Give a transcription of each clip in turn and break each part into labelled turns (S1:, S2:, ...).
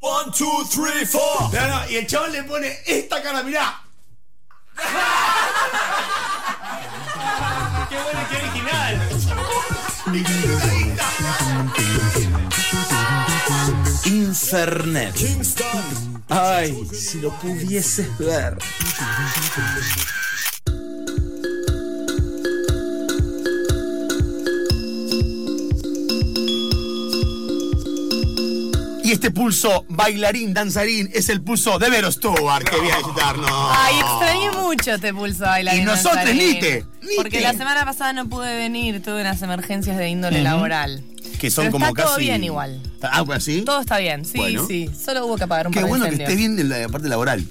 S1: One, two, three, four.
S2: No, no, y el chaval le pone esta cara, mirá.
S3: Qué bueno, qué original.
S4: Infernet.
S1: Kingston.
S4: Ay, si lo pudieses ver.
S2: Y este pulso bailarín, danzarín, es el pulso de Vero Stuart, que viene a visitarnos.
S5: Ay, extrañé mucho este pulso bailarín.
S2: Y nosotros,
S5: danzarín.
S2: Nite, Nite.
S5: Porque la semana pasada no pude venir, tuve unas emergencias de índole laboral.
S2: Que son
S5: Pero
S2: como
S5: está
S2: casi.
S5: todo bien igual.
S2: Ah, bueno, ¿sí?
S5: Todo está bien, sí,
S2: Bueno.
S5: sí. Solo hubo que apagar un
S2: Qué
S5: par de
S2: bueno que
S5: incendios.
S2: esté bien en la parte laboral.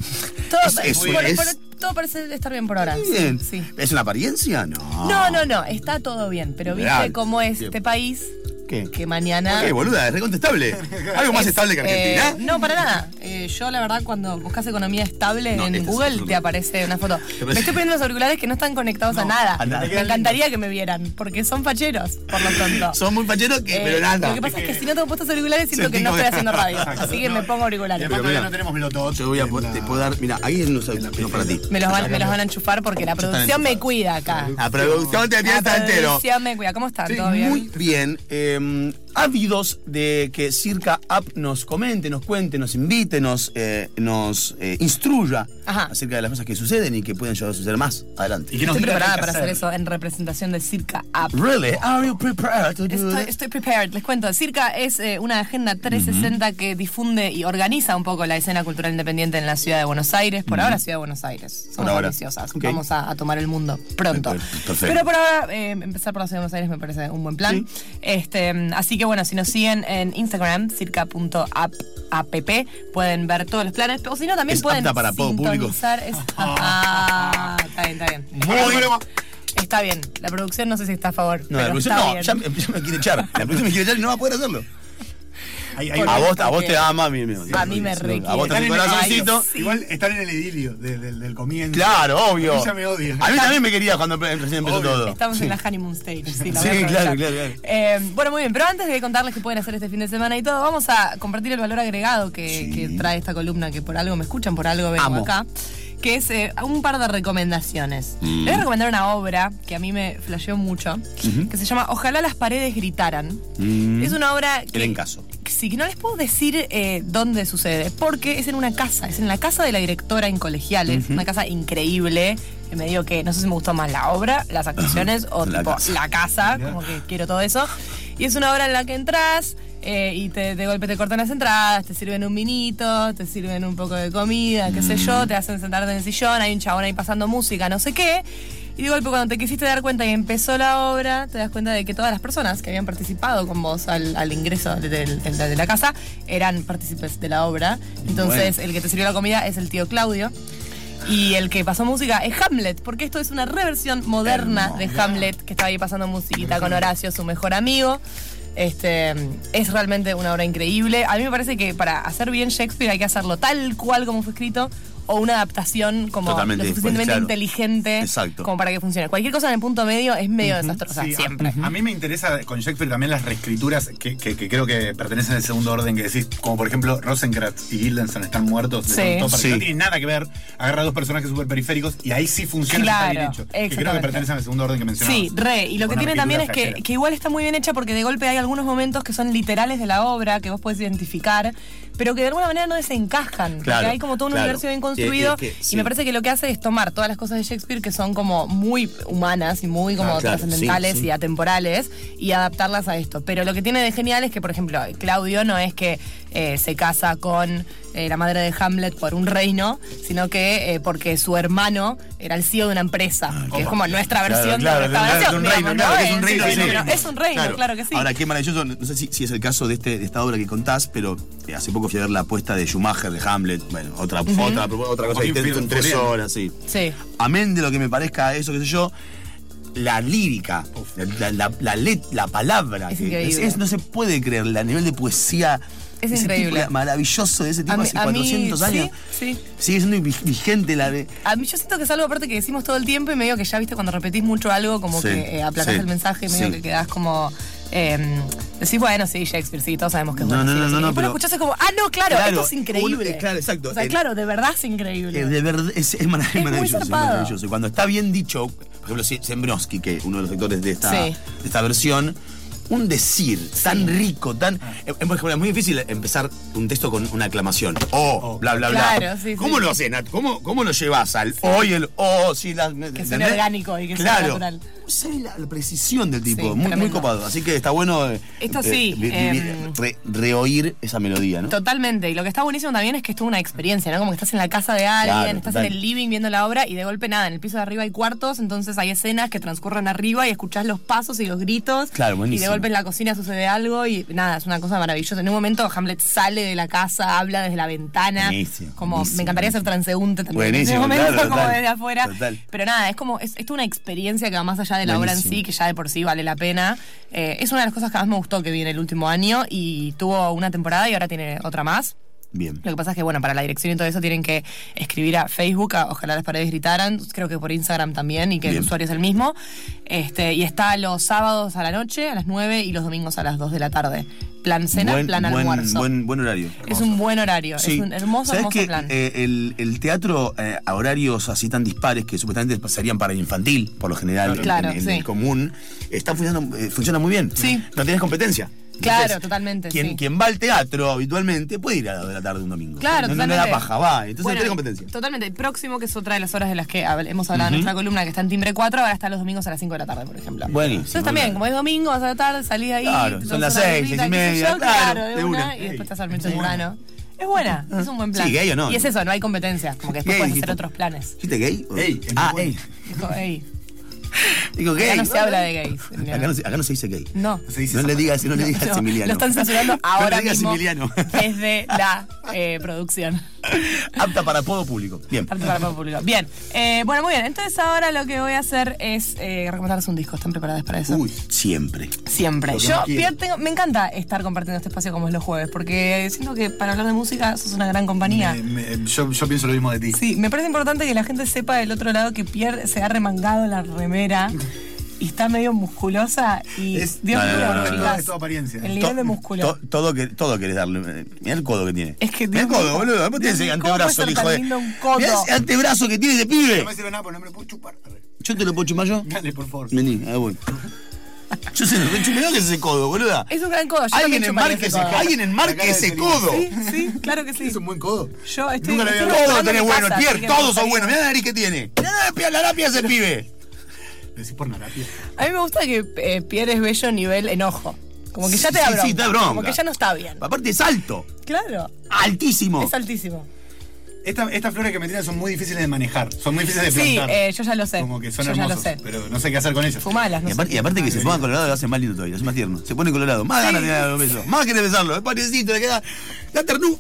S5: Todo,
S2: Es- eso
S5: por-
S2: es.
S5: por- todo parece estar bien por ahora. sí,
S2: Bien.
S5: Sí.
S2: ¿Es una apariencia? No.
S5: No, no, no, está todo bien, pero viste
S2: Real.
S5: cómo es
S2: Bien.
S5: este país
S2: ¿Qué?
S5: que mañana...
S2: ¿Qué, boluda? Es recontestable. Algo más
S5: es,
S2: estable que
S5: eh,
S2: Argentina.
S5: no, para nada. Eh, yo, la verdad, cuando buscas economía estable
S2: No,
S5: en
S2: este es
S5: Google,
S2: absurdo.
S5: te aparece una foto. Me
S2: parece-
S5: estoy poniendo los auriculares que no están conectados a nada.
S2: a nada. Te
S5: Me encantaría que me vieran, porque son facheros, por lo pronto.
S2: Son muy facheros, que,
S5: Eh,
S2: pero nada.
S5: Lo que pasa es que si no tengo puestos auriculares, siento
S2: Sentí
S5: que no
S2: como-
S5: estoy haciendo radio. Así que me pongo
S6: Y
S5: auriculares.
S6: además todavía
S2: mira.
S6: no tenemos Melotón.
S2: Yo voy a poder, te puedo dar. Mira, ahí no sabes no para ti.
S5: Me los, van, me los van a enchufar porque la
S2: están
S5: producción me cuida acá.
S2: La producción te atiende
S5: La
S2: hasta entero.
S5: producción me cuida. ¿Cómo están?
S2: Sí,
S5: ¿Todo bien?
S2: Muy bien. Eh, ávidos de que Circa App nos comente, nos cuente, nos invite, nos, eh, nos eh, instruya
S5: Ajá.
S2: acerca de las cosas que suceden y que pueden llegar a suceder más. Adelante.
S6: Y que nos
S5: Estoy
S6: diga qué
S5: preparada
S6: hay que
S5: para hacer eso en representación de Circa App.
S2: Really? Are you prepared to do
S5: Estoy,
S2: that?
S5: estoy prepared, les cuento. Circa es eh, una agenda 360 que difunde y organiza un poco la escena cultural independiente en la ciudad de Buenos Aires. Por ahora, Ciudad de Buenos Aires. Somos
S2: ahora.
S5: ambiciosas.
S2: Ok.
S5: Vamos a, a tomar el mundo pronto.
S2: Per- per- perfecto.
S5: Pero por ahora, eh, empezar por la Ciudad de Buenos Aires me parece un buen plan. Este, mm, así que bueno, si nos siguen en Instagram, circa.app, pueden ver todos los planes. O si no, también
S2: Es
S5: pueden
S2: apta para todo público.
S5: sintonizar. es- Ah, está bien, está bien.
S2: Muy bien.
S5: Está bien. La producción no sé si está a favor.
S2: No, la
S5: pero
S2: producción
S5: está
S2: no,
S5: bien.
S2: ya me, ya me quiere echar. La producción me quiere echar y no va a poder hacerlo.
S6: Ahí- ahí-
S2: A
S5: Porque-
S2: vos, a vos te ama, mi
S5: A mí me requiere.
S2: A vos
S6: están
S2: te
S6: en el-
S2: corazoncito.
S6: Ay, Igual están en el idilio de- del- del comienzo.
S2: Claro, obvio.
S6: A mí ya me odia.
S2: A mí también me quería cuando empe- recién empezó
S6: Obvio.
S2: todo.
S5: Estamos en
S2: Sí.
S5: la honeymoon stage. Sí, la
S2: Sí,
S5: voy a aprovechar.
S2: claro, claro, claro.
S5: Eh, bueno, muy bien, pero antes de contarles qué pueden hacer este fin de semana y todo, vamos a compartir el valor agregado que,
S2: Sí.
S5: que trae esta columna, que por algo me escuchan, por algo vengo
S2: Amo.
S5: acá, que es eh, un par de recomendaciones.
S2: Mm.
S5: Les voy a recomendar una obra que a mí me flasheó mucho, que se llama Ojalá las paredes gritaran. Es una obra que...
S2: Gran Mm, caso.
S5: Sí, que no les puedo decir eh, dónde sucede, porque es en una casa, es en la casa de la directora en Colegiales, una casa increíble. que Me digo que no sé si me gustó más la obra, las actuaciones o
S2: La
S5: tipo
S2: casa.
S5: la casa, como que quiero todo eso. Y es una obra en la que entras eh, y te, de golpe te cortan las entradas, te sirven un vinito, te sirven un poco de comida, qué sé yo, te hacen sentarte en el sillón, hay un chabón ahí pasando música, no sé qué. Y de golpe cuando te quisiste dar cuenta y empezó la obra, te das cuenta de que todas las personas que habían participado con vos al, al ingreso de, de- de- de la casa eran partícipes de la obra. Entonces el que te sirvió la comida es el tío Claudio. Y el que pasó música es Hamlet, porque esto es una reversión moderna de Hamlet, que estaba ahí pasando musiquita con Horacio, su mejor amigo. Este, es realmente una obra increíble. A mí me parece que para hacer bien Shakespeare hay que hacerlo tal cual como fue escrito o una adaptación como
S2: Totalmente,
S5: lo suficientemente
S2: claro.
S5: inteligente
S2: Exacto.
S5: como para que funcione. Cualquier cosa en el punto medio es medio desastrosa,
S6: Sí, a-
S5: siempre.
S6: A, mí me interesa con Shakespeare también las reescrituras que, que- que creo que pertenecen al segundo orden que decís, como por ejemplo Rosencrantz y Guildenstern están muertos, de
S5: Sí.
S6: pronto, para que
S2: Sí.
S6: no tienen nada que ver, agarra dos personajes súper periféricos y ahí sí funciona que está
S5: Claro,
S6: bien hecho. Que creo que
S5: exactamente.
S6: pertenecen al segundo orden que mencionabas.
S5: Sí, re. Y lo que
S6: Una
S5: tiene también es
S6: reescritura
S5: que,
S6: flashera.
S5: que igual está muy bien hecha porque de golpe hay algunos momentos que son literales de la obra, que vos podés identificar, pero que de alguna manera no desencajan.
S2: Claro,
S5: porque hay como todo un
S2: claro.
S5: universo
S2: Que-
S5: bien
S2: que-
S5: construido.
S2: que- sí.
S5: Y me parece que lo que hace es tomar todas las cosas de Shakespeare que son como muy humanas y muy como
S2: Ah, claro,
S5: trascendentales
S2: sí, sí.
S5: y atemporales y adaptarlas a esto. Pero lo que tiene de genial es que, por ejemplo, Claudio no es que eh, se casa con eh, la madre de Hamlet por un reino, sino que eh, porque su hermano era el CEO de una empresa, que es como nuestra
S2: Ah, Claro,
S5: versión
S2: claro,
S5: de nuestra
S2: claro,
S5: versión.
S2: de un reino,
S5: digamos,
S2: claro,
S5: ¿no?
S2: que es un
S5: Sí,
S2: reino,
S5: sí,
S2: sí.
S5: pero es un reino, claro, que sí.
S2: Ahora, qué maravilloso, no sé si, si es el caso de, este, de esta obra que contás, pero eh, hace poco fui a ver la apuesta de Schumacher, de Hamlet, bueno, otra, otra, otra cosa
S6: Joaquín
S2: distinta en
S6: Fier-
S2: tres
S6: Furiel.
S2: horas, sí.
S5: sí.
S2: Amén de lo que me parezca eso, qué sé yo, la lírica, la, la, la let- la palabra,
S5: Es
S2: que
S5: increíble.
S2: no se puede creer, la nivel de poesía.
S5: Es
S2: ese
S5: increíble.
S2: tipo maravilloso de ese tipo
S5: A mí-
S2: hace
S5: a mí,
S2: 400 años.
S5: sí, sí.
S2: Sigue siendo vi- vigente la de.
S5: A mí yo siento que es algo aparte que decimos todo el tiempo y medio que ya, viste, cuando repetís mucho algo, como
S2: Sí,
S5: que eh, aplacás
S2: sí,
S5: el mensaje y medio
S2: sí.
S5: que quedás como eh, decís, bueno, sí, Shakespeare, sí, todos sabemos que es
S2: No, no,
S5: bueno. sí,
S2: no,
S5: sé
S2: no,
S5: qué.
S2: no,
S5: Después
S2: pero-
S5: lo escuchás y es como, ah, no, claro,
S2: Claro,
S5: esto es increíble.
S2: un- eh, claro, exacto.
S5: O sea,
S2: El-
S5: claro, de verdad es
S2: Eh,
S5: increíble.
S2: de verdad, es, es marav-
S5: muy
S2: maravilloso, es
S5: zarpado.
S2: maravilloso. Y Cuando está bien dicho, por ejemplo, Sie- Sembroski, que es uno de los actores de esta,
S5: Sí.
S2: de esta versión, un decir tan rico, tan. eh, por ejemplo, es muy difícil empezar un texto con una aclamación. Oh, bla, bla, bla.
S5: Claro, sí,
S2: ¿Cómo
S5: sí.
S2: lo hacen? ¿Cómo, ¿Cómo lo llevas al oh y el oh? Sí, la,
S5: Que
S2: ¿entendés?
S5: suene orgánico y que suene
S2: claro.
S5: natural.
S2: Sabe la, la precisión del tipo,
S5: Sí,
S2: muy, muy
S5: tremendo.
S2: copado. Así que está bueno eh,
S5: Esto
S2: eh,
S5: sí,
S2: vi- vi-
S5: em,
S2: re- reoír esa melodía, ¿no?
S5: Totalmente, y lo que está buenísimo también es que es toda una experiencia, ¿no? Como que estás en la casa de alguien,
S2: Claro,
S5: estás
S2: total.
S5: en el living viendo la obra y de golpe nada, en el piso de arriba hay cuartos, entonces hay escenas que transcurren arriba y escuchás los pasos y los gritos.
S2: Claro,
S5: y de
S2: buenísimo.
S5: golpe en la cocina sucede algo y nada, es una cosa maravillosa. En un momento Hamlet sale de la casa, habla desde la ventana.
S2: Buenísimo,
S5: como
S2: buenísimo,
S5: me encantaría ser transeúnte también.
S2: Buenísimo,
S5: en ese momento,
S2: claro,
S5: como
S2: total,
S5: desde afuera.
S2: total.
S5: Pero nada, es como, es, es toda una experiencia que va más allá de la obra en
S2: Buenísimo.
S5: sí, que ya de por sí vale la pena. Eh, es una de las cosas que más me gustó que vi en el último año y tuvo una temporada y ahora tiene otra más.
S2: Bien.
S5: Lo que pasa es que, bueno, para la dirección y todo eso tienen que escribir a Facebook, a Ojalá las paredes gritaran, creo que por Instagram también y que
S2: Bien.
S5: el usuario es el mismo. Este, y está los sábados a la noche, a las 9 y los domingos a las 2 de la tarde. Plan cena, plan almuerzo.
S2: Buen, buen horario.
S5: es un buen horario,
S2: Sí.
S5: es un hermoso,
S2: ¿Sabés
S5: hermoso
S2: que,
S5: plan.
S2: eh, el, el teatro eh, a horarios así tan dispares que supuestamente pasarían para el infantil, por lo general, en-
S5: Claro,
S2: en, en
S5: sí.
S2: el común, está funcionando, eh, funciona muy bien.
S5: Sí.
S2: No tienes competencia.
S5: Claro,
S2: Entonces,
S5: totalmente,
S2: Quien,
S5: sí.
S2: quien va al teatro habitualmente puede ir a la hora de la tarde un domingo.
S5: Claro,
S2: no, no, no
S5: totalmente.
S2: le da paja, va. Entonces
S5: Bueno,
S2: no tiene competencia.
S5: Totalmente. Próximo, que es otra de las horas de las que habl- hemos hablado en nuestra columna, que está en timbre 4, ahora está los domingos a las 5 de la tarde, por ejemplo.
S2: Buenísimo.
S5: Entonces también, como es domingo, vas a la tarde, salís ahí.
S2: Claro,
S5: te
S2: son las
S5: tomas una
S2: seis,
S5: birrita,
S2: seis y
S5: qué sé
S2: media,
S5: yo,
S2: claro,
S5: claro,
S2: de
S5: de
S2: una.
S5: una, y después
S2: Ey. Ah,
S5: te estás al medio de verano. Es buena, es un buen plan.
S2: Sí, gay o no.
S5: Y es eso, no hay competencias, como que después
S2: Gay,
S5: puedes
S2: dijiste.
S5: hacer otros planes.
S2: ¿Dijiste gay? o-
S6: Ey, es
S2: ah,
S6: muy
S2: ey.
S6: bueno.
S5: Dijo, "Ey,
S2: Digo gay.
S5: acá no se
S2: Ah,
S5: habla de gays.
S2: Acá no, se- acá no se dice gay.
S5: No.
S6: Se dice
S2: No le
S6: esa-
S2: digas, no le digas
S5: No,
S2: Emiliano.
S5: Lo están censurando
S2: no
S5: ahora
S2: le digas
S5: mismo
S2: Emiliano.
S5: desde la eh, producción.
S2: Apta para todo público. Bien.
S5: Parte para el público. Bien. Eh, bueno, muy bien. Entonces ahora lo que voy a hacer es eh, recomendarles un disco. ¿Están preparadas para eso?
S2: Uy, siempre.
S5: Siempre.
S2: Lo que
S5: Yo
S2: más quiero.
S5: Pierre, tengo- me encanta estar compartiendo este espacio como es los jueves, porque siento que para hablar de música sos una gran compañía.
S6: Me- me- yo, yo pienso lo mismo de ti.
S5: Sí, me parece importante que la gente sepa del otro lado que Pierre se ha remangado la remera y está medio musculosa y
S6: Es-
S5: Dios
S2: No, no,
S5: mío,
S2: no, no, no.
S5: chicas,
S6: Es toda apariencia.
S5: El nivel de músculo.
S2: to- todo, que, todo querés darle. eh, Mirá el codo que tiene.
S5: Es que,
S2: Mirá el
S5: Dios
S2: codo,
S5: mío,
S2: boludo. Vos
S5: Dios
S2: tenés ese
S5: mío, ¿cómo
S2: antebrazo,
S5: puede
S2: el
S5: ser
S2: hijo de.
S5: tan lindo un codo?
S2: Mirá ese antebrazo que tiene de pibe.
S6: No me sirve nada, pero no me lo puedo chupar. Arre.
S2: Yo te lo puedo chupar yo.
S6: Dale, por favor.
S2: Vení, ahí voy. Yo se lo chupé yo que es ese codo, boluda.
S5: Es un gran codo. Yo
S2: Alguien
S5: también chuparía
S2: enmarque
S5: ese
S2: ese,
S5: codo.
S2: alguien
S6: Acá
S2: enmarque
S6: de
S2: ese
S6: serie.
S2: codo.
S5: Sí, sí, claro que sí.
S6: Es un buen codo.
S5: Yo estoy.
S6: Nunca lo había
S5: estoy
S6: visto.
S2: Todo
S5: recordando
S2: tenés
S5: mi
S2: bueno,
S5: casa,
S2: Pierre,
S5: así que me
S2: todos son
S5: gustaría-
S2: buenos. Mirá la nariz que tiene. Mirá la lapia, la lapia de ese pibe.
S6: Decís por narapia.
S5: A mí me gusta que eh, Pierre es bello nivel enojo. Como que ya te
S2: Sí,
S5: da
S2: sí,
S5: bronca.
S2: sí, te da bronca.
S5: Como que ya no está bien.
S2: Aparte es alto,
S5: Claro.
S2: altísimo.
S5: Es altísimo.
S6: Esta- Estas flores que me tiran son muy difíciles de manejar. Son muy difíciles de
S5: Sí,
S6: plantar.
S5: eh, yo ya lo sé.
S6: Como que son
S5: yo ya lo
S6: hermosos.
S5: sé.
S6: Pero no sé qué hacer con ellas.
S5: Fumalas, no
S2: Y
S5: sé.
S2: aparte, y aparte que se ponga colorado lo hace más lindo todavía, lo hace más tierno. Se pone colorado, más ganas de darle un beso, más que de besarlo, es parecito, le queda la ternura.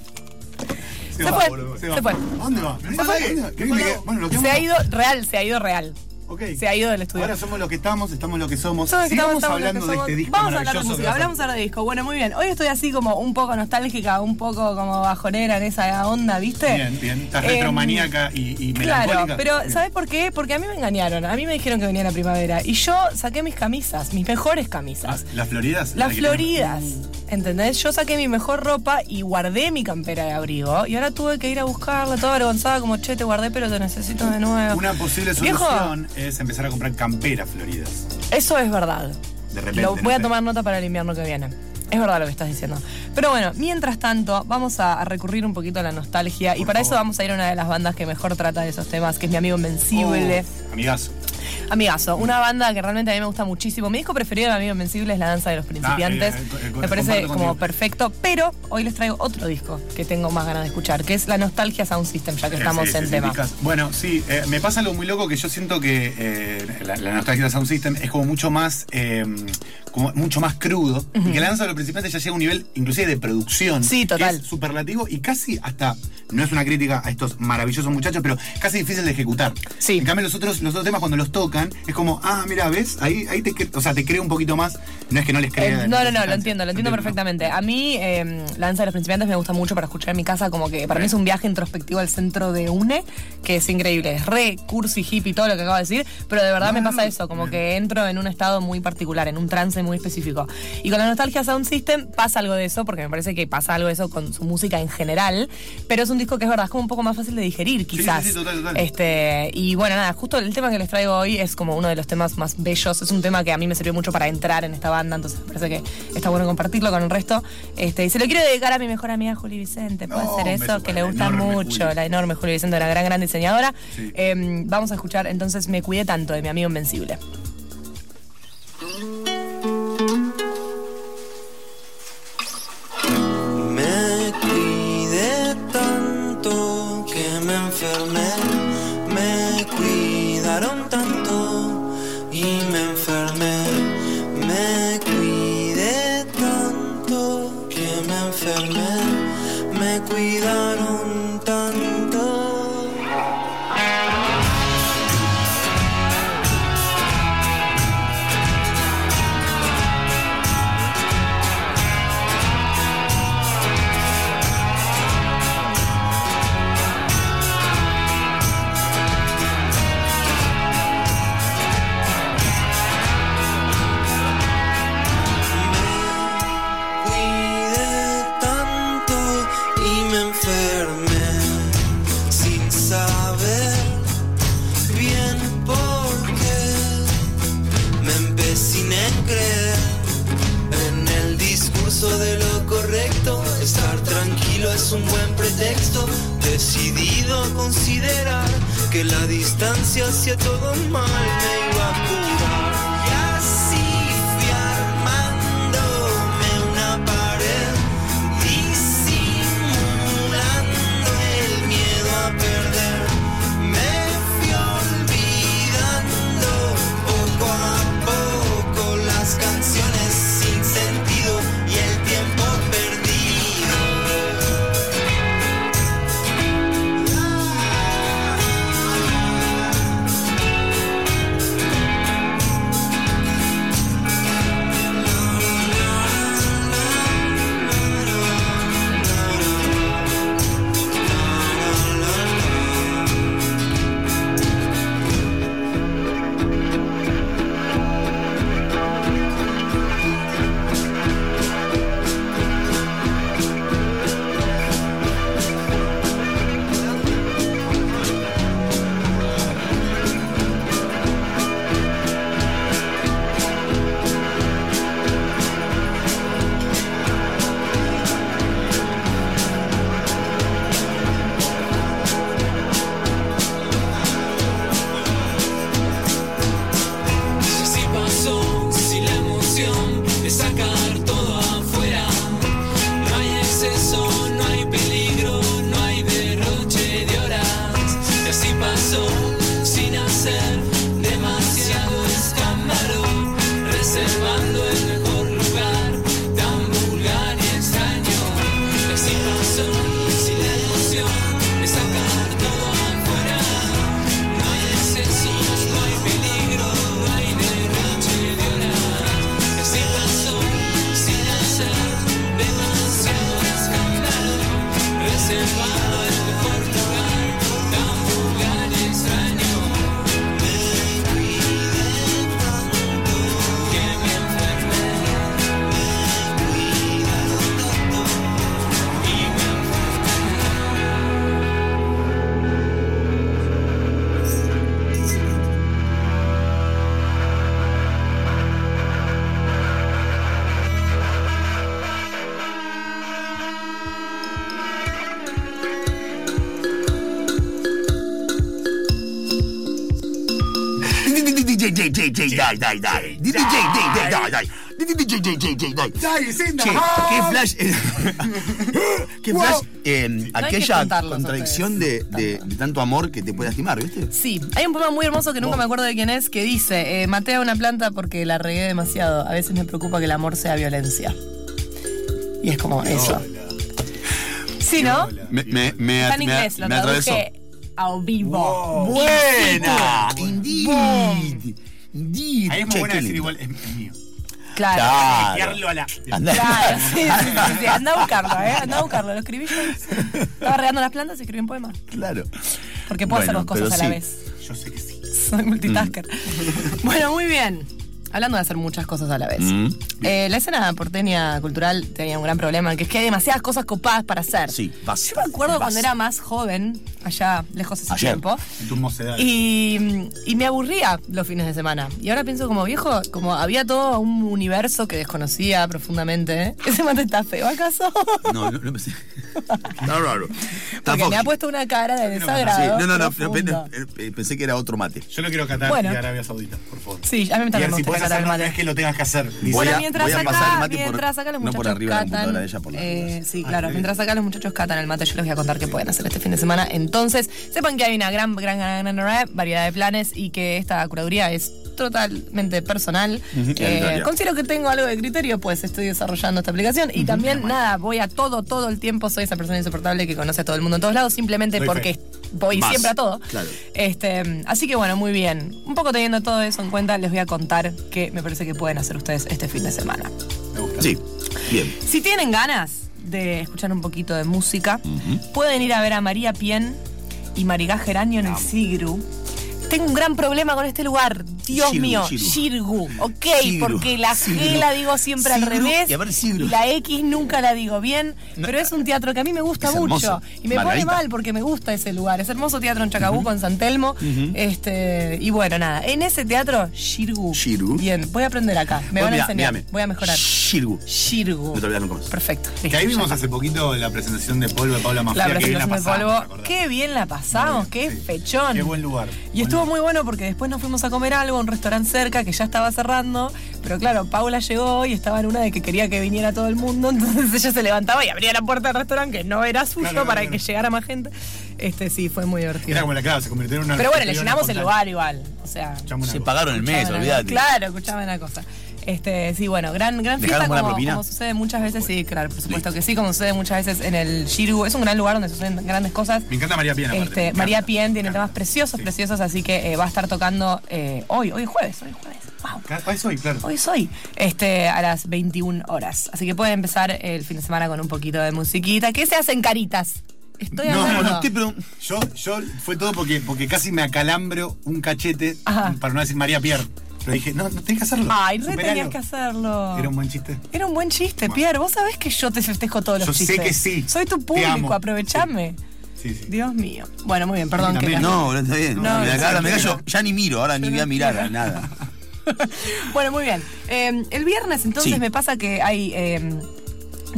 S6: Se,
S5: fue,
S6: boludo,
S5: se fue.
S6: ¿A dónde va? ¿A
S5: fue.
S6: dónde va? ¿Querés que me quede? Bueno, lo que
S5: se ha ido real, se ha ido real.
S6: Ok.
S5: Se ha ido del estudio.
S6: Ahora somos lo que estamos, estamos lo que somos.
S5: Somos los que
S6: Sigamos
S5: estamos, estamos los
S6: hablando
S5: que
S6: de
S5: somos.
S6: este disco
S5: Vamos a hablar de
S6: maravilloso que
S5: música,
S6: vas a-
S5: hablamos ahora de disco. Bueno, muy bien. Hoy estoy así como un poco nostálgica, un poco como bajonera en esa onda, ¿viste?
S6: Bien, bien. Estás
S5: Em,
S6: retromaníaca y, y melancólica.
S5: Claro, pero
S6: Bien.
S5: ¿sabes por qué? Porque a mí me engañaron, a mí me dijeron que venía la primavera y yo saqué mis camisas, mis mejores
S6: Ah,
S5: camisas,
S6: ¿Las floridas?
S5: las
S6: que te-
S5: floridas, ¿entendés? Yo saqué mi mejor ropa y guardé mi campera de abrigo y ahora tuve que ir a buscarla toda avergonzada como, che, te guardé pero te necesito de nuevo.
S6: Una posible
S5: Viejo,
S6: solución es empezar a comprar camperas floridas.
S5: eso es verdad.
S6: De repente,
S5: Lo
S6: no
S5: voy a
S6: sé.
S5: tomar nota para el invierno que viene. Es verdad lo que estás diciendo. Pero bueno, mientras tanto, vamos a, a recurrir un poquito a la nostalgia. y
S6: Por
S5: para eso
S6: favor.
S5: vamos a ir a una de las bandas que mejor trata de esos temas, que es mi amigo Invencible.
S6: Oh, amigazo.
S5: Amigazo, una banda que realmente a mí me gusta muchísimo. Mi disco preferido de Amigo Invencible es La Danza de los Principiantes.
S6: Ah, eh, eh,
S5: me
S6: comparto
S5: parece
S6: contigo.
S5: como perfecto, pero hoy les traigo otro disco que tengo más ganas de escuchar, que es La Nostalgia Sound System, ya que estamos
S6: Sí, sí,
S5: en
S6: sí,
S5: tema.
S6: picas. Bueno, sí, eh, me pasa algo muy loco que yo siento que eh, la, la nostalgia de Sound System es como mucho más, eh, como mucho más crudo. Y que la danza de los principiantes ya llega a un nivel inclusive de producción.
S5: Sí,
S6: que
S5: total.
S6: es superlativo y casi hasta, no es una crítica a estos maravillosos muchachos, pero casi difícil de ejecutar.
S5: Sí.
S6: En cambio, los otros, los otros temas cuando los tocan, es como, ah, mira, ¿ves? Ahí, ahí te, cre- o sea, te creo un poquito más. No es que no les crea.
S5: Eh,
S6: en
S5: no, no,
S6: esa
S5: no, lo
S6: instancia.
S5: entiendo, lo entiendo
S6: ¿no?
S5: perfectamente. A mí, eh, la danza de los principiantes me gusta mucho para escuchar en mi casa, como que para mí es un viaje introspectivo al centro de UNE, que es increíble. Es re cursi, hippie, todo lo que acabo de decir, pero de verdad me pasa eso, como que entro en un estado muy particular, en un trance muy específico. Y con la nostalgia Sound System pasa algo de eso, porque me parece que pasa algo de eso con su música en general, pero es un disco que es verdad, es como un poco más fácil de digerir,
S6: sí,
S5: quizás.
S6: sí, total, total.
S5: Este, este, y bueno, nada, justo el tema que les traigo hoy es como uno de los temas más bellos. Es un tema que a mí me sirvió mucho para entrar en esta banda, entonces me parece que está bueno compartirlo con el resto. Este, y se lo quiero dedicar a mi mejor amiga Juli Vicente, puede
S6: No,
S5: ser
S6: un
S5: eso,
S6: beso
S5: que
S6: para
S5: le
S6: la
S5: gusta
S6: enorme
S5: mucho,
S6: Juli.
S5: la enorme Juli Vicente, una gran, gran diseñadora.
S6: Sí.
S5: Eh, vamos a escuchar entonces Me cuidé tanto de mi amigo Invencible.
S1: Me cuidé tanto que me enfermé. Me cuidaron tanto y me enfermé. Me cuidé tanto que me enfermé. Me cuidaron tanto. Cuidé tanto y me enfermé sin saber bien por qué. Me empeciné en creer en el discurso de lo correcto. Estar tranquilo es un buen pretexto. Decidido a considerar que la distancia hacia todo mal me iba a curar. Y así fui armándome una pared, disimulando el miedo a perder. Me fui olvidando poco a poco las canciones sin sentido y el tiempo perdido.
S3: Si pasó, si la emoción de sacar todo afuera, no hay exceso, no hay peligro, no hay derroche de horas. Y así pasó, sin hacer demasiado escándalo, reservando el mejor lugar, tan vulgar y extraño. Y así pasó, si la emoción de sacar todo afuera, no hay exceso, no hay peligro, no hay derroche de horas. Y así pasó, sin hacer demasiado escándalo, reservando el mejor lugar, tan vulgar y extraño.
S2: DJ, DJ, DJ, dai, dai, dai. DJ, DJ, dai, dai. DJ, DJ, DJ, dai. Che,
S6: ¡ah!
S2: qué flash. qué flash. eh,
S5: hay que
S2: aquella
S5: contarlos
S2: contradicción de, de- de tanto amor que te puede lastimar, ¿viste?
S5: Sí, hay un poema muy hermoso que nunca me acuerdo de quién es que dice: eh, Maté a una planta porque la regué demasiado. A veces me preocupa que el amor sea violencia. Y es como eso. Sí, ¿no?
S2: Me, me, me,
S5: Está en
S2: me-
S5: inglés, lo
S2: me atravesó.
S5: traduje al vivo.
S2: Buena. Indeed.
S5: Boom.
S2: Indeed.
S6: Ahí es muy
S2: Che,
S6: buena
S2: qué
S6: decir
S2: lindo.
S6: igual, es, es mío.
S5: Claro.
S6: Tirarlo a la.
S2: Andá.
S5: Claro, sí, sí, sí, sí. Anda a buscarlo, ¿eh? Anda a buscarlo. Lo escribí yo. Estaba regando las plantas y escribí un poema.
S2: Claro.
S5: Porque puedo hacer
S2: Bueno,
S5: dos cosas
S2: pero
S5: a la
S2: sí.
S5: vez.
S6: Yo sé que sí.
S5: Soy multitasker. bueno, muy bien. Hablando de hacer muchas cosas a la vez.
S2: Mm.
S5: Eh, la escena porteña cultural tenía un gran problema, que es que hay demasiadas cosas copadas para hacer.
S2: Sí, basta,
S5: Yo me acuerdo cuando
S2: basta.
S5: era más joven, allá lejos hace
S2: Ayer.
S5: tiempo.
S6: En tus mocedades.
S5: Y, y me aburría los fines de semana. Y ahora pienso como viejo, como había todo un universo que desconocía profundamente. Ese mate está feo, ¿acaso?
S2: No, no, no me sé. Está raro.
S5: Porque
S2: Tampoco.
S5: me ha puesto una cara de
S6: no me pasa.
S2: Sí,
S5: desagrado.
S2: no, no, no,
S5: profunda.
S2: pe- pe- pensé que era otro mate.
S6: Yo lo quiero catar
S5: Bueno.
S6: de Arabia Saudita, por favor.
S5: Sí, a mí
S6: Y
S5: también
S6: a ver
S5: me
S6: si
S5: gusta
S6: puedes
S5: catar el
S6: hacerlo, no
S5: mate.
S6: es que lo tengas que hacer. Dice,
S2: Voy a-
S5: mientras
S2: voy a
S5: acá,
S2: pasar el mate por-
S5: mientras acá los
S2: no por
S5: muchachos
S2: arriba de la
S5: catan,
S2: computadora de ella, por las
S5: eh,
S2: dudas.
S5: sí, claro. Mientras acá los muchachos catan el mate, yo les voy a contar qué pueden hacer este fin de semana. Entonces, sepan que hay una gran, gran, gran, gran, gran variedad de planes y que esta curaduría es totalmente personal. Eh,
S2: arbitraria.
S5: considero que tengo algo de criterio, pues estoy desarrollando esta aplicación y también nada, voy a todo, todo el tiempo. Soy esa persona insoportable que conoce a todo el mundo en todos lados, simplemente
S6: Doy fe.
S5: porque voy
S2: Vas.
S5: siempre a todo.
S2: Claro.
S5: Este, así que bueno, muy bien. Un poco teniendo todo eso en cuenta, les voy a contar qué me parece que pueden hacer ustedes este fin de semana.
S6: Me gusta.
S2: Sí, bien.
S5: Si tienen ganas de escuchar un poquito de música, pueden ir a ver a María Pien y Marigá Geranio en el Sigru. Tengo un gran problema con este lugar. Dios
S2: Shirgu,
S5: mío,
S2: Shirgu.
S5: Shirgu. Ok,
S2: Sigru,
S5: porque la G
S2: Sigru,
S5: la digo siempre al
S2: Sigru,
S5: revés.
S2: y a ver, Sigru.
S5: y la X nunca la digo bien. Pero es un teatro que a mí me gusta
S2: Es
S5: mucho.
S2: hermoso.
S5: Y me pone
S2: Margarita.
S5: mal porque me gusta ese lugar. Es hermoso teatro en Chacabuco, en San Telmo. este, y bueno, nada. En ese teatro, Shirgu.
S2: Shirgu.
S5: Bien, voy a aprender acá. Me
S2: Vos
S5: van a
S2: mirá,
S5: enseñar.
S2: mirame.
S5: Voy a mejorar.
S2: Shirgu.
S5: Shirgu.
S2: No te olvidas nunca más.
S5: Perfecto.
S6: Que ahí
S5: listo,
S6: vimos
S5: ya
S6: hace poquito la presentación de Polvo de Paula
S5: está. la
S6: Mafia. que bien
S5: presentación
S6: la
S5: de
S6: pasamos,
S5: polvo.
S6: ¿te acordás?
S5: Qué bien la pasamos,
S6: Muy
S5: qué
S6: bien, sí.
S5: fechón.
S6: Qué buen lugar.
S5: Y
S6: Buen
S5: estuvo
S6: lugar.
S5: muy bueno porque después nos fuimos a comer algo a un restaurante cerca que ya estaba cerrando. Pero claro, Paula llegó y estaba en una de que quería que viniera todo el mundo. Entonces ella se levantaba y abría la puerta del restaurante que no era suyo
S6: Claro,
S5: para
S6: claro.
S5: que llegara más gente. Este sí, fue muy divertido.
S6: Era como la clave, se convirtió en una.
S5: Pero bueno, le
S6: en una
S5: llenamos el
S6: espontánea.
S5: lugar igual. O sea,
S6: Escuchame una
S2: Se
S6: cosa.
S2: pagaron el mes,
S5: Escuchaban a-
S2: olvídate.
S5: Claro, escuchaban una cosa. Este, sí, bueno, gran,
S2: ¿Dejaron
S5: gran fiesta
S2: buena
S5: como,
S2: propina?
S5: como sucede muchas veces, sí, claro, por supuesto que sí, como sucede muchas veces en el Shiru. Es un gran lugar donde suceden grandes cosas.
S6: Me encanta María Pien. aparte,
S5: Este,
S6: me encanta.
S5: María Pien tiene
S6: Me
S5: temas
S6: encanta.
S5: preciosos,
S6: Sí.
S5: preciosos, así que eh, va a estar tocando eh, hoy, hoy es jueves, hoy es jueves. Wow.
S6: Ah, es hoy, claro.
S5: Hoy es hoy, este, a las 21 horas. Así que pueden empezar el fin de semana con un poquito de musiquita. ¿Qué se hacen caritas? Estoy
S6: No,
S5: hablando.
S2: No te pregun-
S6: Yo, yo, fue todo porque, porque casi me acalambro un cachete
S5: Ajá.
S6: para no decir María Pierre. Pero dije, no, no tenés que hacerlo.
S5: Ay, re
S6: superalo.
S5: tenías que hacerlo.
S6: Era un buen chiste.
S5: Era un buen chiste, Pierre. Vos sabés que yo te festejo todos los
S6: Yo sé
S5: chistes.
S6: que sí.
S5: Soy tu
S6: Te
S5: público,
S6: amo.
S5: aprovechame.
S6: Sí, sí.
S5: Dios mío. Bueno, muy bien, perdón
S6: Sí,
S5: que
S6: también,
S5: la-
S2: No, no está bien.
S5: No,
S2: Mira,
S5: no,
S2: ahora
S5: no,
S2: me
S5: no.
S2: callo, ya ni miro, ahora ni voy a mirar a nada.
S5: Bueno, muy bien. Eh, el viernes entonces
S2: Sí.
S5: me pasa que hay eh,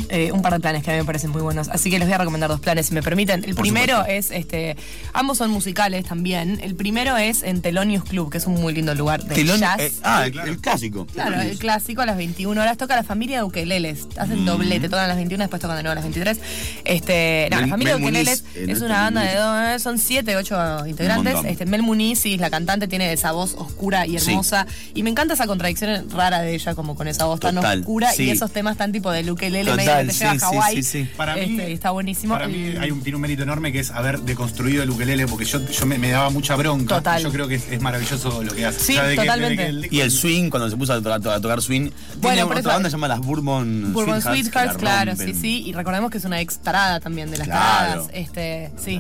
S5: eh, un par de planes que a mí me parecen muy buenos. Así que les voy a recomendar dos planes, si me permiten. El
S2: Por
S5: primero
S2: supuesto.
S5: es, este, ambos son musicales también. El primero es en Telonius Club, que es un muy lindo lugar de
S2: Telón-
S5: jazz.
S2: eh, ah, el,
S6: claro.
S2: el clásico.
S5: Claro, el clásico a las 21 horas toca la familia de Ukeleles.
S2: Mm.
S5: Hacen doblete, tocan a las 21, después tocan de nuevo a las 23. Este, no, la
S2: Mel-
S5: familia
S2: Mel
S5: de Ukeleles
S2: Muniz, eh, no
S5: es
S2: está
S5: una
S2: Mel
S5: banda de
S2: Muniz.
S5: dos, eh, son 7, 8 integrantes.
S2: montón.
S5: Este, Mel Muniz, sí, es la cantante, tiene esa voz oscura y
S2: Sí.
S5: hermosa. Y me encanta esa contradicción rara de ella, como con esa voz tan
S2: Total,
S5: oscura y
S2: sí.
S5: esos temas tan tipo de Ukelele, medio que
S2: Total,
S5: te
S2: sí,
S5: lleva a
S2: sí,
S5: Hawái.
S2: sí, sí.
S6: Para mí,
S5: Este, está buenísimo.
S6: Para mí
S5: El-
S6: hay un, tiene un mérito enorme que es haber deconstruido el ukelele, porque yo, yo me, me daba mucha bronca.
S5: Total.
S6: Yo creo que es, es maravilloso lo que hace.
S5: Sí,
S6: O sea, de que- de
S5: totalmente.
S6: que el-
S2: Y el swing, cuando se puso a, to- a tocar swing,
S5: Bueno,
S2: tiene
S5: por
S2: otra
S5: eso-
S2: banda que se llama las Bourbon, Sweethearts, Mm, que
S5: Bourbon
S2: la
S5: Sweethearts, claro, sí,
S2: rompen.
S5: sí. Y recordemos que es una ex tarada también de las
S2: Claro.
S5: taradas. Este, sí.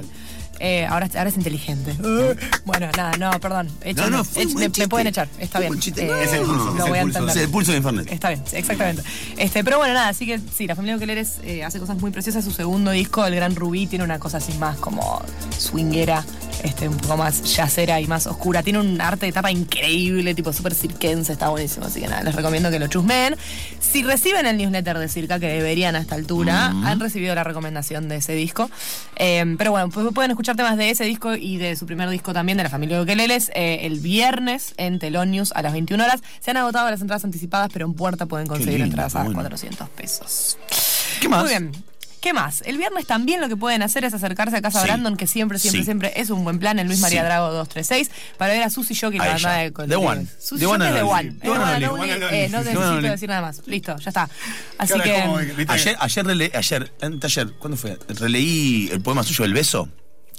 S5: Eh, ahora, ahora es inteligente. Mm. Bueno, nada, no, perdón. Échenme,
S2: Ah. No, no, fue un
S5: échenme,
S2: buen
S5: me,
S2: chiste.
S5: pueden echar, está
S2: Fue un
S5: bien.
S2: buen chiste.
S5: Eh,
S2: No,
S6: es el pulso,
S5: Lo
S6: es
S5: voy
S6: el
S5: a
S6: pulso.
S5: entender. Eh,
S2: Es el pulso de Infernet.
S5: Está bien, sí, exactamente. Este, pero bueno, nada, así que sí, la familia Ocleres hace cosas muy preciosas. Su segundo disco, El Gran Rubí, tiene una cosa así más como swinguera, este, un poco más yacera y más oscura. Tiene un arte de tapa increíble, tipo súper cirquense, está buenísimo. Así que nada, les recomiendo que lo chusmen. Si reciben el newsletter de Circa, que deberían a esta altura, han recibido la recomendación de ese disco. Eh, pero bueno, pues pueden escuchar temas de ese disco y de su primer disco también, de la familia Ukeleles, eh, el viernes en Telonius a las 21 horas. Se han agotado las entradas anticipadas, pero en puerta pueden conseguir
S2: lindo,
S5: entradas a
S2: bueno.
S5: 400 pesos.
S2: ¿Qué más?
S5: Muy bien. ¿Qué más? El viernes también lo que pueden hacer es acercarse a casa
S2: Sí.
S5: Brandon, que siempre, siempre,
S2: Sí.
S5: siempre es un buen plan en Luis María
S2: Sí.
S5: Drago 236, para ver a Susi Jockey, la
S2: A
S5: banda
S2: ella.
S5: de
S2: The One.
S5: Susi
S2: The One
S5: Jockey es
S2: and
S5: The
S2: Only. The
S5: One. Es
S2: One
S5: One
S2: and
S5: and
S6: Only.
S5: Only.
S6: One and
S5: Eh, No
S6: Only.
S5: necesito
S2: One and Only.
S5: decir nada más. Listo, ya está. Así
S6: Claro, es como,
S5: que.
S6: ¿viste?
S2: Ayer, ayer, rele- ayer, antes ayer, ¿cuándo fue? Releí el poema suyo El Beso,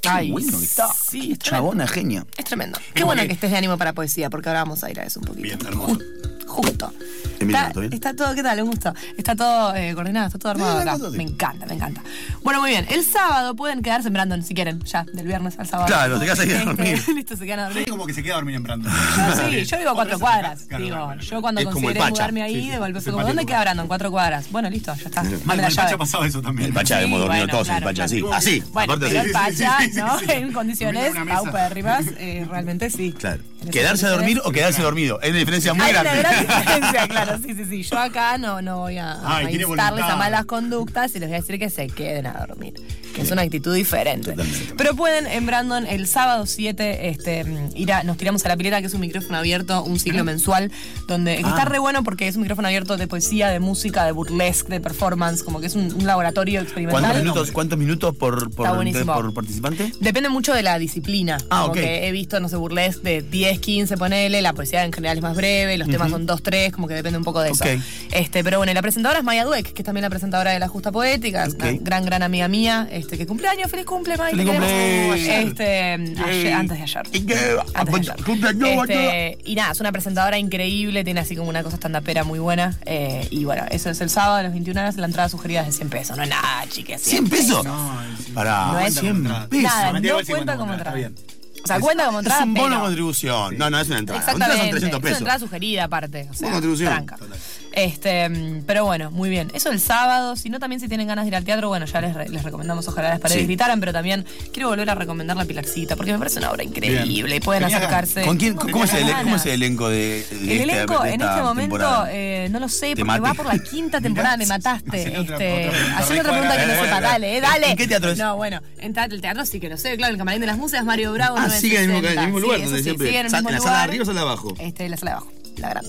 S5: Ay,
S2: bueno que está.
S5: sí,
S2: Qué
S5: está
S2: chabona genia.
S5: Es tremendo. Qué bueno que estés de ánimo para poesía, porque ahora vamos a ir a eso un poquito.
S6: Bien, hermoso.
S5: Justo.
S2: Emilio,
S5: Está,
S2: ¿todo bien?
S5: está todo, ¿qué tal? Un gusto. Está todo eh, coordinado, está todo armado
S2: Sí,
S5: acá.
S2: está todo
S5: Me
S2: bien.
S5: encanta, me encanta. Bueno, muy bien. El sábado pueden quedar sembrando si quieren, ya, del viernes al sábado.
S2: Claro, te quedas ahí a
S5: Este,
S2: dormir.
S5: Listo, se quedan a dormir.
S6: Es como que se queda dormido en Brandon.
S5: Yo sí, yo vivo a cuatro cuadras. Digo, yo cuando
S2: Es como el
S5: consideré
S2: Pacha.
S5: mudarme ahí,
S6: Sí, sí,
S5: de golpe fue
S6: simpático.
S5: como, ¿dónde queda Brandon? Cuatro cuadras. Bueno, listo, ya está. Dame
S6: Mal,
S5: la
S6: el Pacha
S5: llave.
S6: ha pasado eso también.
S2: El Pachá, hemos
S5: Sí,
S2: dormido
S5: bueno,
S2: todos en el
S5: claro,
S2: Pachá, así.
S5: claro.
S2: Así,
S5: Bueno,
S2: aparte
S5: pero
S2: así.
S5: el Pacha,
S6: Sí, sí, sí,
S5: ¿no?
S6: sí, sí.
S5: En condiciones
S6: Dormir en una mesa.
S5: paupérrimas, eh, realmente sí.
S2: Claro.
S5: En esas
S2: Quedarse a dormir
S5: condiciones-
S2: o quedarse dormido. Es una diferencia muy
S5: Hay una
S2: grande.
S5: gran diferencia, claro, sí, sí, sí. Yo acá no, no voy a, a
S6: Ay, tiene
S5: instarles a
S6: voluntad.
S5: malas conductas y les voy a decir que se queden a dormir, que es una actitud diferente.
S2: Totalmente.
S5: Pero pueden en Brandon el sábado 7 este, mm, ir a, nos tiramos a la pileta, que es un micrófono abierto, un ciclo mensual, donde que
S2: Ah.
S5: está re bueno porque es un micrófono abierto de poesía, de música, de burlesque, de performance, como que es un, un laboratorio
S2: ¿Cuántos
S5: experimental.
S2: minutos, ¿Cuántos minutos por, por,
S5: Está buenísimo.
S2: por participante?
S5: Depende mucho de la disciplina.
S2: Ah,
S5: como
S2: ok.
S5: que he visto, no sé, burlesque de 10, 15, ponele. La poesía en general es más breve, los temas son 2, 3, como que depende un poco de eso.
S2: Ok.
S5: Este, pero bueno, y la presentadora es Maya Dweck, que es también la presentadora de La Justa Poética, es
S2: Ok.
S5: una gran, gran amiga mía, este, que cumpleaños, feliz cumple, Maya.
S2: Feliz
S5: te queremos.
S2: cumple.
S5: Este, ayer- antes de ayer.
S2: Y que-
S5: Antes de ayer.
S2: Cumpleaños, no,
S5: Este, y nada, es una presentadora increíble, tiene así como una cosa estandapera muy buena. eh, y bueno, eso es el sábado a las 21 horas, la entrada sugerida es de 100 pesos. No es nada, chicas.
S2: 100 pesos.
S6: No, es-
S2: Pará,
S5: No es-
S2: 100 pesos.
S5: Nada,
S6: Mentira,
S5: no
S6: igual sí,
S5: cuenta
S6: cuenta
S5: como
S6: como
S5: entrada.
S6: entrada, está
S5: O sea, cuenta como entrada.
S2: Es un bono
S5: pero-
S2: de contribución. No, no, es una entrada. Una entrada son
S5: Exactamente.
S2: 300
S5: Es una
S2: pesos.
S5: entrada sugerida aparte. O sea,
S2: Buena contribución.
S5: tranca.
S6: Total.
S5: Este, mm, pero bueno, muy bien. Eso el sábado. Si no, también si tienen ganas de ir al teatro, bueno, ya les, re- les recomendamos ojalá las paredes
S2: Sí.
S5: gritaran, pero también quiero volver a recomendar la Pilarcita, porque me parece una obra increíble.
S6: Bien.
S5: Y pueden
S6: Tenía ganas.
S5: acercarse.
S2: ¿Con quién,
S5: Tenía
S2: ¿Cómo es el,
S5: ganas.
S2: cómo es el elenco de, de
S5: El
S2: esta-
S5: elenco
S2: de
S5: en
S2: esta
S5: este momento
S2: temporada?
S5: eh, no lo sé
S2: Te
S5: porque
S2: maté.
S5: va por la quinta temporada, me mataste.
S6: Hacele
S5: Este,
S6: otra- otra pregunta,
S5: hacele otra
S6: Ricardo.
S5: pregunta que no
S6: Dale,
S5: sepa,
S6: dale,
S5: dale, eh, dale.
S2: ¿En qué teatro es?
S5: No, bueno, en teatro, el teatro sí que lo sé, claro, el Camarín de las Musas, Mario Bravo.
S2: Ah,
S5: 960.
S2: sigue en el mismo, en el mismo
S5: Sí,
S2: lugar
S5: eso
S2: donde
S5: sí,
S2: siempre.
S5: sigue en el
S2: Sa-
S5: mismo
S2: ¿En la sala de
S5: lugar.
S2: arriba o sala de abajo?
S5: Este, la sala de abajo, la gran.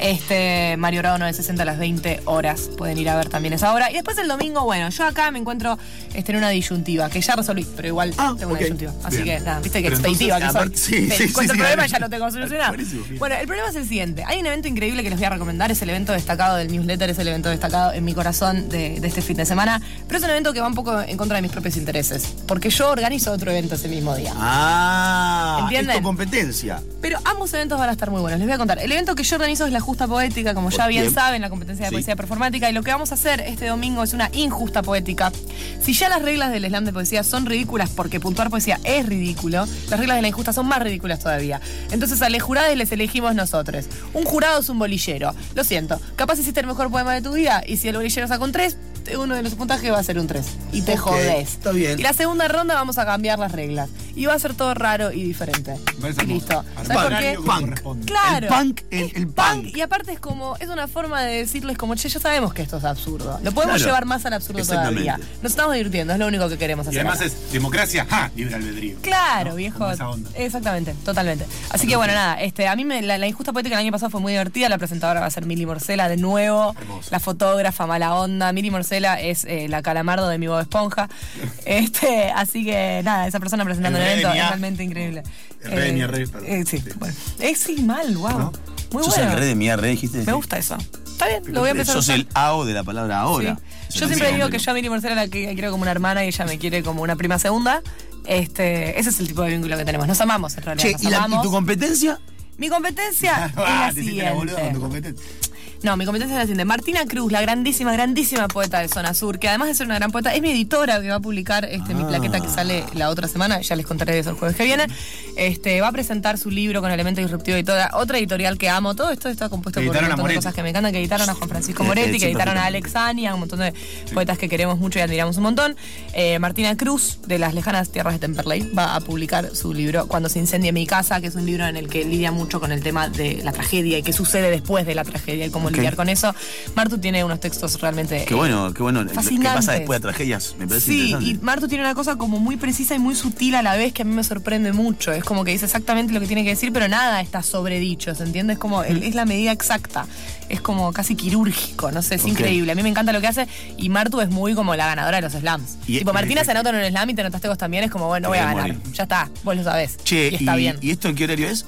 S5: Este, Mario Bravo 960 a las 20 horas. Pueden ir a ver también esa hora. Y después el domingo, bueno, yo acá me encuentro este, en una disyuntiva, que ya resolví, pero igual
S2: Ah,
S5: tengo
S2: ok.
S5: una disyuntiva. Así
S6: Bien.
S5: que nada, viste que
S6: Pero
S5: expeditiva
S2: entonces,
S5: que soy.
S2: aparte- sí,
S5: Te
S2: sí, sí, sí,
S5: encuentro el problema
S2: claro.
S5: ya lo tengo solucionado.
S2: Buenísimo.
S5: Bueno, el problema es el siguiente. Hay un evento increíble que les voy a recomendar, es el evento destacado del newsletter, es el evento destacado en mi corazón de, de este fin de semana, pero es un evento que va un poco en contra de mis propios intereses, porque yo organizo otro evento ese mismo día.
S2: Ah, es
S5: ¿Entienden?
S2: tu competencia.
S5: Pero ambos eventos van a estar muy buenos. Les voy a contar. El evento que yo organizo es la Justa Poética, como ya bien
S2: Bien.
S5: saben, la competencia de
S2: Sí.
S5: poesía performática. Y lo que vamos a hacer este domingo es una injusta poética. Si ya las reglas del slam de poesía son ridículas, porque puntuar poesía es ridículo, las reglas de la injusta son más ridículas todavía. Entonces a los jurados les elegimos nosotros. Un jurado es un bolillero. Lo siento. Capaz hiciste el mejor poema de tu vida y si el bolillero saca un 3, uno de los puntajes va a ser un 3. Y te
S2: Ok,
S5: jodés.
S2: está bien.
S5: Y la segunda ronda vamos a cambiar las reglas. Y va a ser todo raro y diferente.
S6: Parece
S5: Y listo.
S6: hermoso.
S5: ¿Sabes por
S2: Punk.
S5: qué?
S2: Punk.
S5: Claro.
S2: El punk, el-
S5: Es
S2: el punk.
S5: Y aparte es como, es una forma de decirles como, che, ya sabemos que esto es absurdo. Lo podemos
S2: Claro.
S5: llevar más al absurdo
S2: Exactamente.
S5: todavía. Nos estamos divirtiendo, es lo único que queremos
S6: Y
S5: hacer.
S6: además
S5: acá.
S6: es democracia, ja, libre albedrío.
S5: Claro,
S6: ¿no?
S5: viejo.
S6: Como esa onda.
S5: Exactamente, totalmente. Así que bueno, nada, este, a mí me- la, la injusta poética el año pasado fue muy divertida. La presentadora va a ser Mili Morcela de nuevo.
S6: Hermoso.
S5: La fotógrafa mala onda. Mili Morcela es eh, la calamardo de mi Bob Esponja. este, así que nada, esa persona presentando
S6: El
S5: el
S6: rey de
S5: evento
S6: mi
S5: es
S6: A.
S5: realmente increíble.
S6: El rey de mi rey, perdón.
S5: eh, sí,
S6: Sí.
S5: bueno. Eh, sí, mal, wow. Muy
S2: Sos
S5: bueno.
S2: el rey de mi red, dijiste. Eh,
S5: Me gusta eso. Está bien, lo voy a empezar a
S2: Sos
S5: usar.
S2: el AO de la palabra ahora.
S5: Sí.
S2: Sos
S5: Yo
S2: el
S5: siempre
S2: AO.
S5: digo que yo a Miri Marcela la que- la quiero como una hermana y ella me quiere como una prima segunda. Este, ese es el tipo de vínculo que tenemos. Nos amamos en realidad.
S2: Che,
S5: nos
S2: ¿y, la-
S5: amamos.
S2: y tu competencia?
S5: mi competencia es la
S6: Ah, te hiciste la boluda
S5: siguiente.
S6: con tu competencia.
S5: No, mi competencia es la siguiente. Martina Cruz, la grandísima, grandísima poeta de Zona Sur, que además de ser una gran poeta, es mi editora que va a publicar este,
S6: Ah.
S5: mi plaqueta que sale la otra semana, ya les contaré de eso el jueves que viene. Este, va a presentar su libro con elementos disruptivos y toda otra editorial que amo. Todo esto está compuesto por un
S6: Editaron
S5: montón
S6: a
S5: de
S6: Moretti.
S5: cosas que me encantan, que editaron a Juan Francisco
S2: Eh, eh,
S5: Moretti, que
S2: siempre
S5: editaron a
S2: fui-
S5: Alex Ania, un montón de poetas que queremos mucho y admiramos un montón. Eh, Martina Cruz, de las lejanas tierras de Temperley, va a publicar su libro Cuando se incendie mi casa, que es un libro en el que lidia mucho con el tema de la tragedia y qué sucede después de la tragedia y cómo
S2: Ok.
S5: lidiar con eso. Martu tiene unos textos realmente...
S2: Qué bueno, qué bueno. ¿Qué
S5: Fascinantes.
S2: pasa después de tragedias? Me parece
S5: Sí, y
S2: interesante.
S5: Martu tiene una cosa como muy precisa y muy sutil a la vez que a mí me sorprende mucho. Es como que dice exactamente lo que tiene que decir, pero nada está sobredicho, ¿se entiende? Es como, el- es la medida exacta. Es como casi quirúrgico, no sé, es
S2: Ok.
S5: increíble. A mí me encanta lo que hace y Martu es muy como la ganadora de los slams.
S2: Y-
S5: tipo, Martina se anota en un slam y te anotaste vos también, es como, bueno, no voy a
S2: Te
S5: ganar.
S2: morí.
S5: Ya está, vos lo sabés.
S2: Che,
S5: y está bien.
S2: ¿y esto en qué horario es?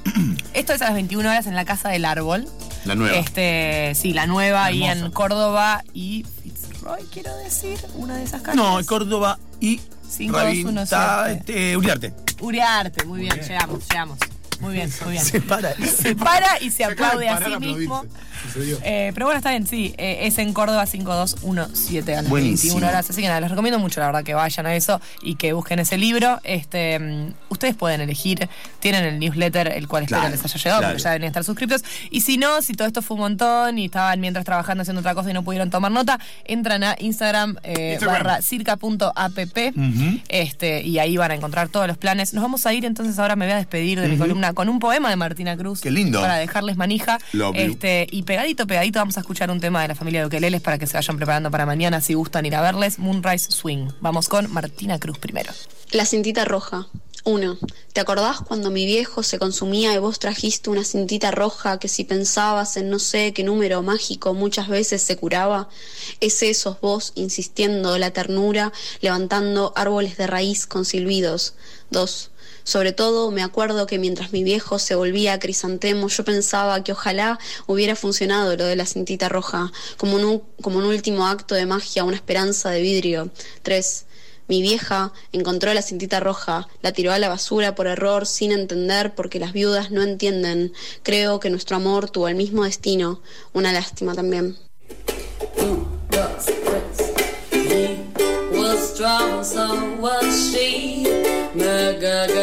S5: Esto es a las 21 horas en la Casa del Árbol.
S2: La nueva.
S5: Este, sí, la nueva ahí
S6: Hermoso.
S5: en Córdoba y Fitzroy, quiero decir, una de esas calles.
S2: No, Córdoba y
S5: 5, 2, 1,
S2: Ravinta,
S5: 7.
S2: este, Uriarte.
S5: Uriarte, muy bien, llegamos, llegamos. Muy bien, muy bien.
S2: Se para.
S5: Se para y se
S6: acaba
S5: aplaude
S6: de
S5: a
S6: parar,
S5: sí mismo.
S6: aplaudiste. Sucedió.
S5: Eh, pero bueno, está bien, sí. eh, es en Córdoba 5217 a las
S2: Buenísimo.
S5: 21 horas. Así que nada, les recomiendo mucho, la verdad, que vayan a eso y que busquen ese libro. Este, mm, ustedes pueden elegir, tienen el newsletter, el cual espero
S2: Claro,
S5: les haya llegado,
S2: claro.
S5: porque ya deben estar suscritos. Y si no, si todo esto fue un montón y estaban mientras trabajando haciendo otra cosa y no pudieron tomar nota, entran a Instagram, eh,
S6: Instagram.
S5: barra circa.app este, y ahí van a encontrar todos los planes. Nos vamos a ir entonces ahora me voy a despedir de mi columna con un poema de Martina Cruz.
S2: Qué lindo.
S5: Para dejarles manija.
S2: Love you.
S5: Este, y pegadito, pegadito vamos a escuchar un tema de la familia de Ukeleles para que se vayan preparando para mañana si gustan ir a verles. Moonrise Swing. Vamos con Martina Cruz primero.
S7: La cintita roja. 1. ¿Te acordás cuando mi viejo se consumía y vos trajiste una cintita roja que si pensabas en no sé qué número mágico muchas veces se curaba? Es eso, vos insistiendo la ternura, levantando árboles de raíz con silbidos. 2. Sobre todo me acuerdo que mientras mi viejo se volvía crisantemo, yo pensaba que ojalá hubiera funcionado lo de la cintita roja, como un, como un último acto de magia, una esperanza de vidrio. 3. Mi vieja encontró la cintita roja, la tiró a la basura por error sin entender porque las viudas no entienden. Creo que nuestro amor tuvo el mismo destino. Una lástima también.
S8: was troublesome was she. Gaga